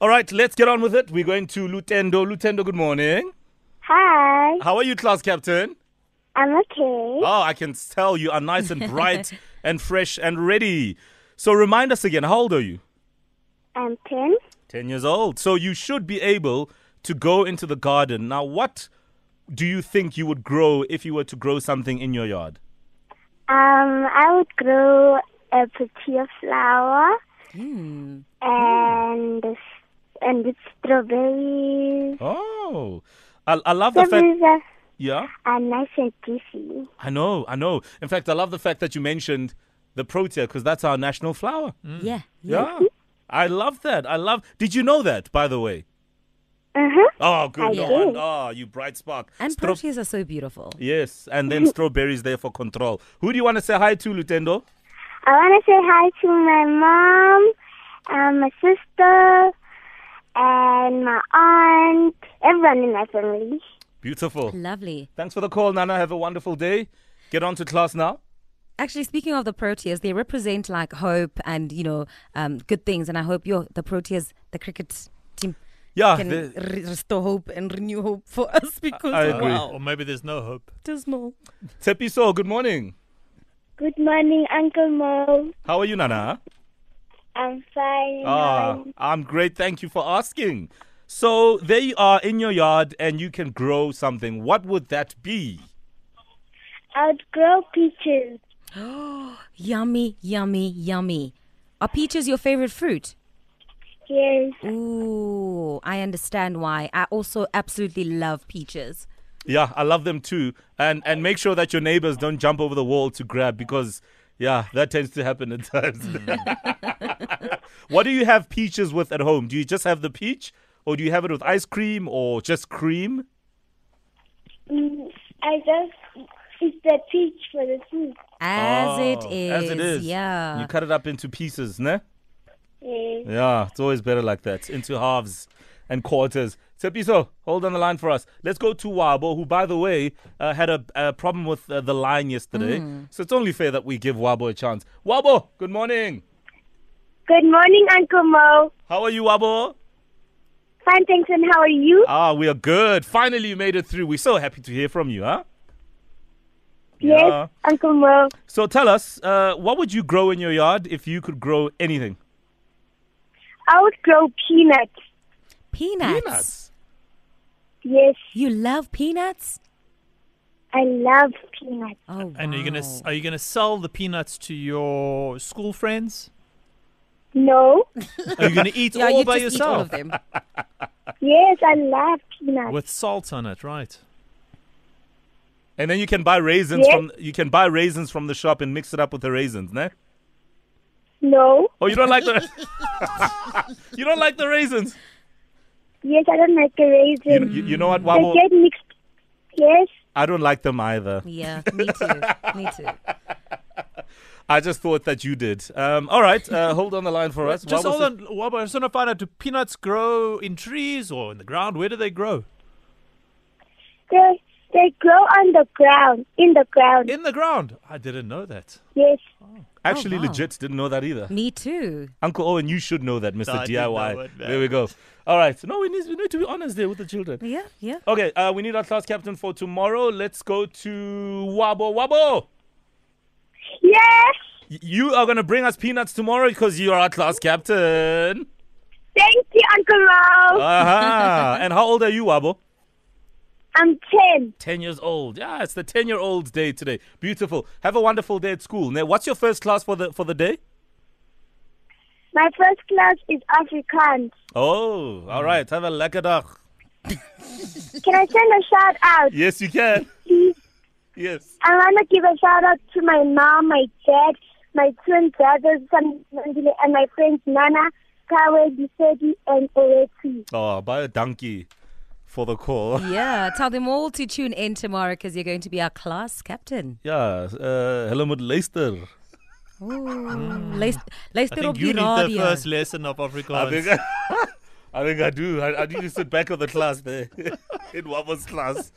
All right, let's get on with it. We're going to Lutendo. Lutendo, good morning. Hi, How are you, class captain? I'm okay. Oh, I can tell you are nice and bright and fresh and ready. So remind us again, how old are you? I'm 10. 10 years old. So you should be able to go into the garden. Now, what do you think you would grow if you were to grow something in your yard? Um, I would grow a petiola flower Hmm. and and it's strawberries. Oh, I, I love the fact. Strawberries are, Yeah, are nice and juicy. I know, I know. In fact, I love the fact that you mentioned the protea because that's our national flower. Yeah. Mm. Yeah. I love that. I love. Did you know that, by the way? Uh-huh. Oh, good I one. did. Oh, you bright spark. And Stra- proteas are so beautiful. yes, and then strawberries there for control. Who do you want to say hi to, Lutendo? I want to say hi to my mom, um, my sister, and my aunt, everyone in my family. Beautiful. Lovely. Thanks for the call, Nana. Have a wonderful day. Get on to class now. Actually, speaking of the proteas, they represent like hope and, you know, um, good things. And I hope your the proteas, the cricket team, Yeah, can Ah, the- re- restore hope and renew hope for us because, I agree. wow, Or maybe there's no hope. dismal. Tepiso, good morning. Good morning, Uncle Mo. How are you, Nana? I'm fine. Ah, I'm great. Thank you for asking. So there you are in your yard, and you can grow something. What would that be? I would grow peaches. Yummy, yummy, yummy. Are peaches your favorite fruit? Yes. Ooh, I understand why. I also absolutely love peaches. Yeah, I love them too. And and make sure that your neighbors don't jump over the wall to grab because yeah, that tends to happen at times. what do you have peaches with at home? Do you just have the peach or do you have it with ice cream or just cream? Mm, I just it's the peach for the soup. As it Oh, is. As it is. Yeah. You cut it up into pieces, ne? Yes. Yeah, it's always better like that. Into halves and quarters. Sepiso, hold on the line for us. Let's go to Wabo, who, by the way, uh, had a, a problem with uh, the line yesterday. Hmm. So it's only fair that we give Wabo a chance. Wabo, good morning. Good morning, Uncle Mo. How are you, Wabo? Fine, thanks. And how are you? Ah, we are good. Finally, you made it through. We're so happy to hear from you, huh? yeah. Yes, Uncle Mo. So tell us, uh, what would you grow in your yard if you could grow anything? I would grow peanuts. Peanuts. Peanuts. Yes, You love peanuts? I love peanuts. Oh, And are you gonna s- wow. are you gonna sell the peanuts to your school friends? No. Are you gonna eat Yeah, all you by just eat all yourself of them. yes, I love peanuts. with salt on it? Right. And then you can buy raisins Yes. from you can buy raisins from the shop and mix it up with the raisins, ne? No. Oh, you don't like the you don't like the raisins. Yes, I don't like the You, raisins. you, you know what, They Wabo? get mixed. Yes. I don't like them either. Yeah, me too. Me too. I just thought that you did. Um, all right, uh, hold on the line for us. Just Wabo hold says- on. Well, I just want to find out: Do peanuts grow in trees or in the ground? Where do they grow? They they grow on the ground, in the ground. In the ground. I didn't know that. yes. Actually, Oh, wow. legit didn't know that either. Me too. Uncle Owen, you should know that, Mr. I did know DIY. it, man. there we go. All right. No, we need, we need to be honest there with the children. Yeah, yeah. Okay, uh, we need our class captain for tomorrow. Let's go to Wabo. Wabo, Yes. y- you are going to bring us peanuts tomorrow because you are our class captain. Thank you, Uncle Mo. Uh. Aha. and how old are you, Wabo? I'm 10. 10 years old. Yeah, it's the 10 year old's day today. Beautiful. Have a wonderful day at school. Now, what's your first class for the for the day? My first class is Afrikaans. Oh, all right. Have a lekker dag. Can I send a shout out? Yes, you can. Please, Yes. I want to give a shout out to my mom, my dad, my twin brothers, Sam Mandile, and my friends Nana, Kawe, Bisedi, and Owetu. Oh, buy a donkey for the call. Yeah, tell them all to tune in tomorrow because you're going to be our class captain. Yeah, uh, hello, Mud Leicester. Ooh, Leicester I will think be you need the radio. first lesson of I think Afrikaans. I, I think I do. I, I need to sit back on the class there in Wabo's class.